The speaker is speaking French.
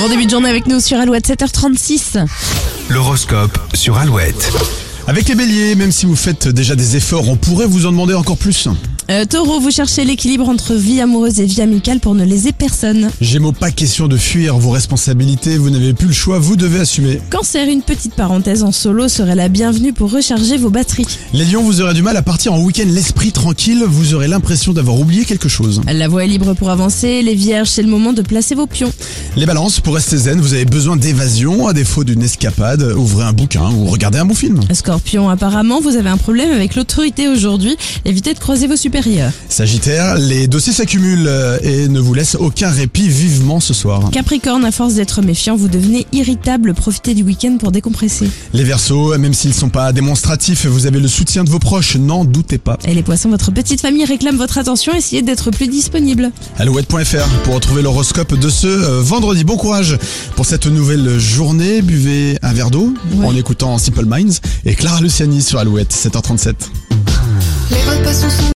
Bon début de journée avec nous sur Alouette 7h36. L'horoscope sur Alouette. Avec les béliers, même si vous faites déjà des efforts, on pourrait vous en demander encore plus. Euh, taureau, vous cherchez l'équilibre entre vie amoureuse et vie amicale pour ne léser personne. Gémeaux, pas question de fuir vos responsabilités, vous n'avez plus le choix, vous devez assumer. Cancer, une petite parenthèse en solo serait la bienvenue pour recharger vos batteries. Les lions, vous aurez du mal à partir en week-end l'esprit tranquille, vous aurez l'impression d'avoir oublié quelque chose. La voie est libre pour avancer, les vierges, c'est le moment de placer vos pions. Les balances, pour rester zen, vous avez besoin d'évasion, à défaut d'une escapade, ouvrez un bouquin ou regardez un bon film. Scorpion, apparemment, vous avez un problème avec l'autorité aujourd'hui, évitez de croiser vos supérieurs. Sagittaire, les dossiers s'accumulent euh, et ne vous laissent aucun répit vivement ce soir. Capricorne, à force d'être méfiant, vous devenez irritable, profitez du week-end pour décompresser. Les versos, même s'ils sont pas démonstratifs, vous avez le soutien de vos proches, n'en doutez pas. Et les poissons, votre petite famille réclame votre attention, essayez d'être plus disponible. Alouette.fr pour retrouver l'horoscope de ce euh, vendredi. Bon courage pour cette nouvelle journée. Buvez un verre d'eau Ouais. en écoutant Simple Minds et Clara Luciani sur Alouette, 7h37. Les repas sont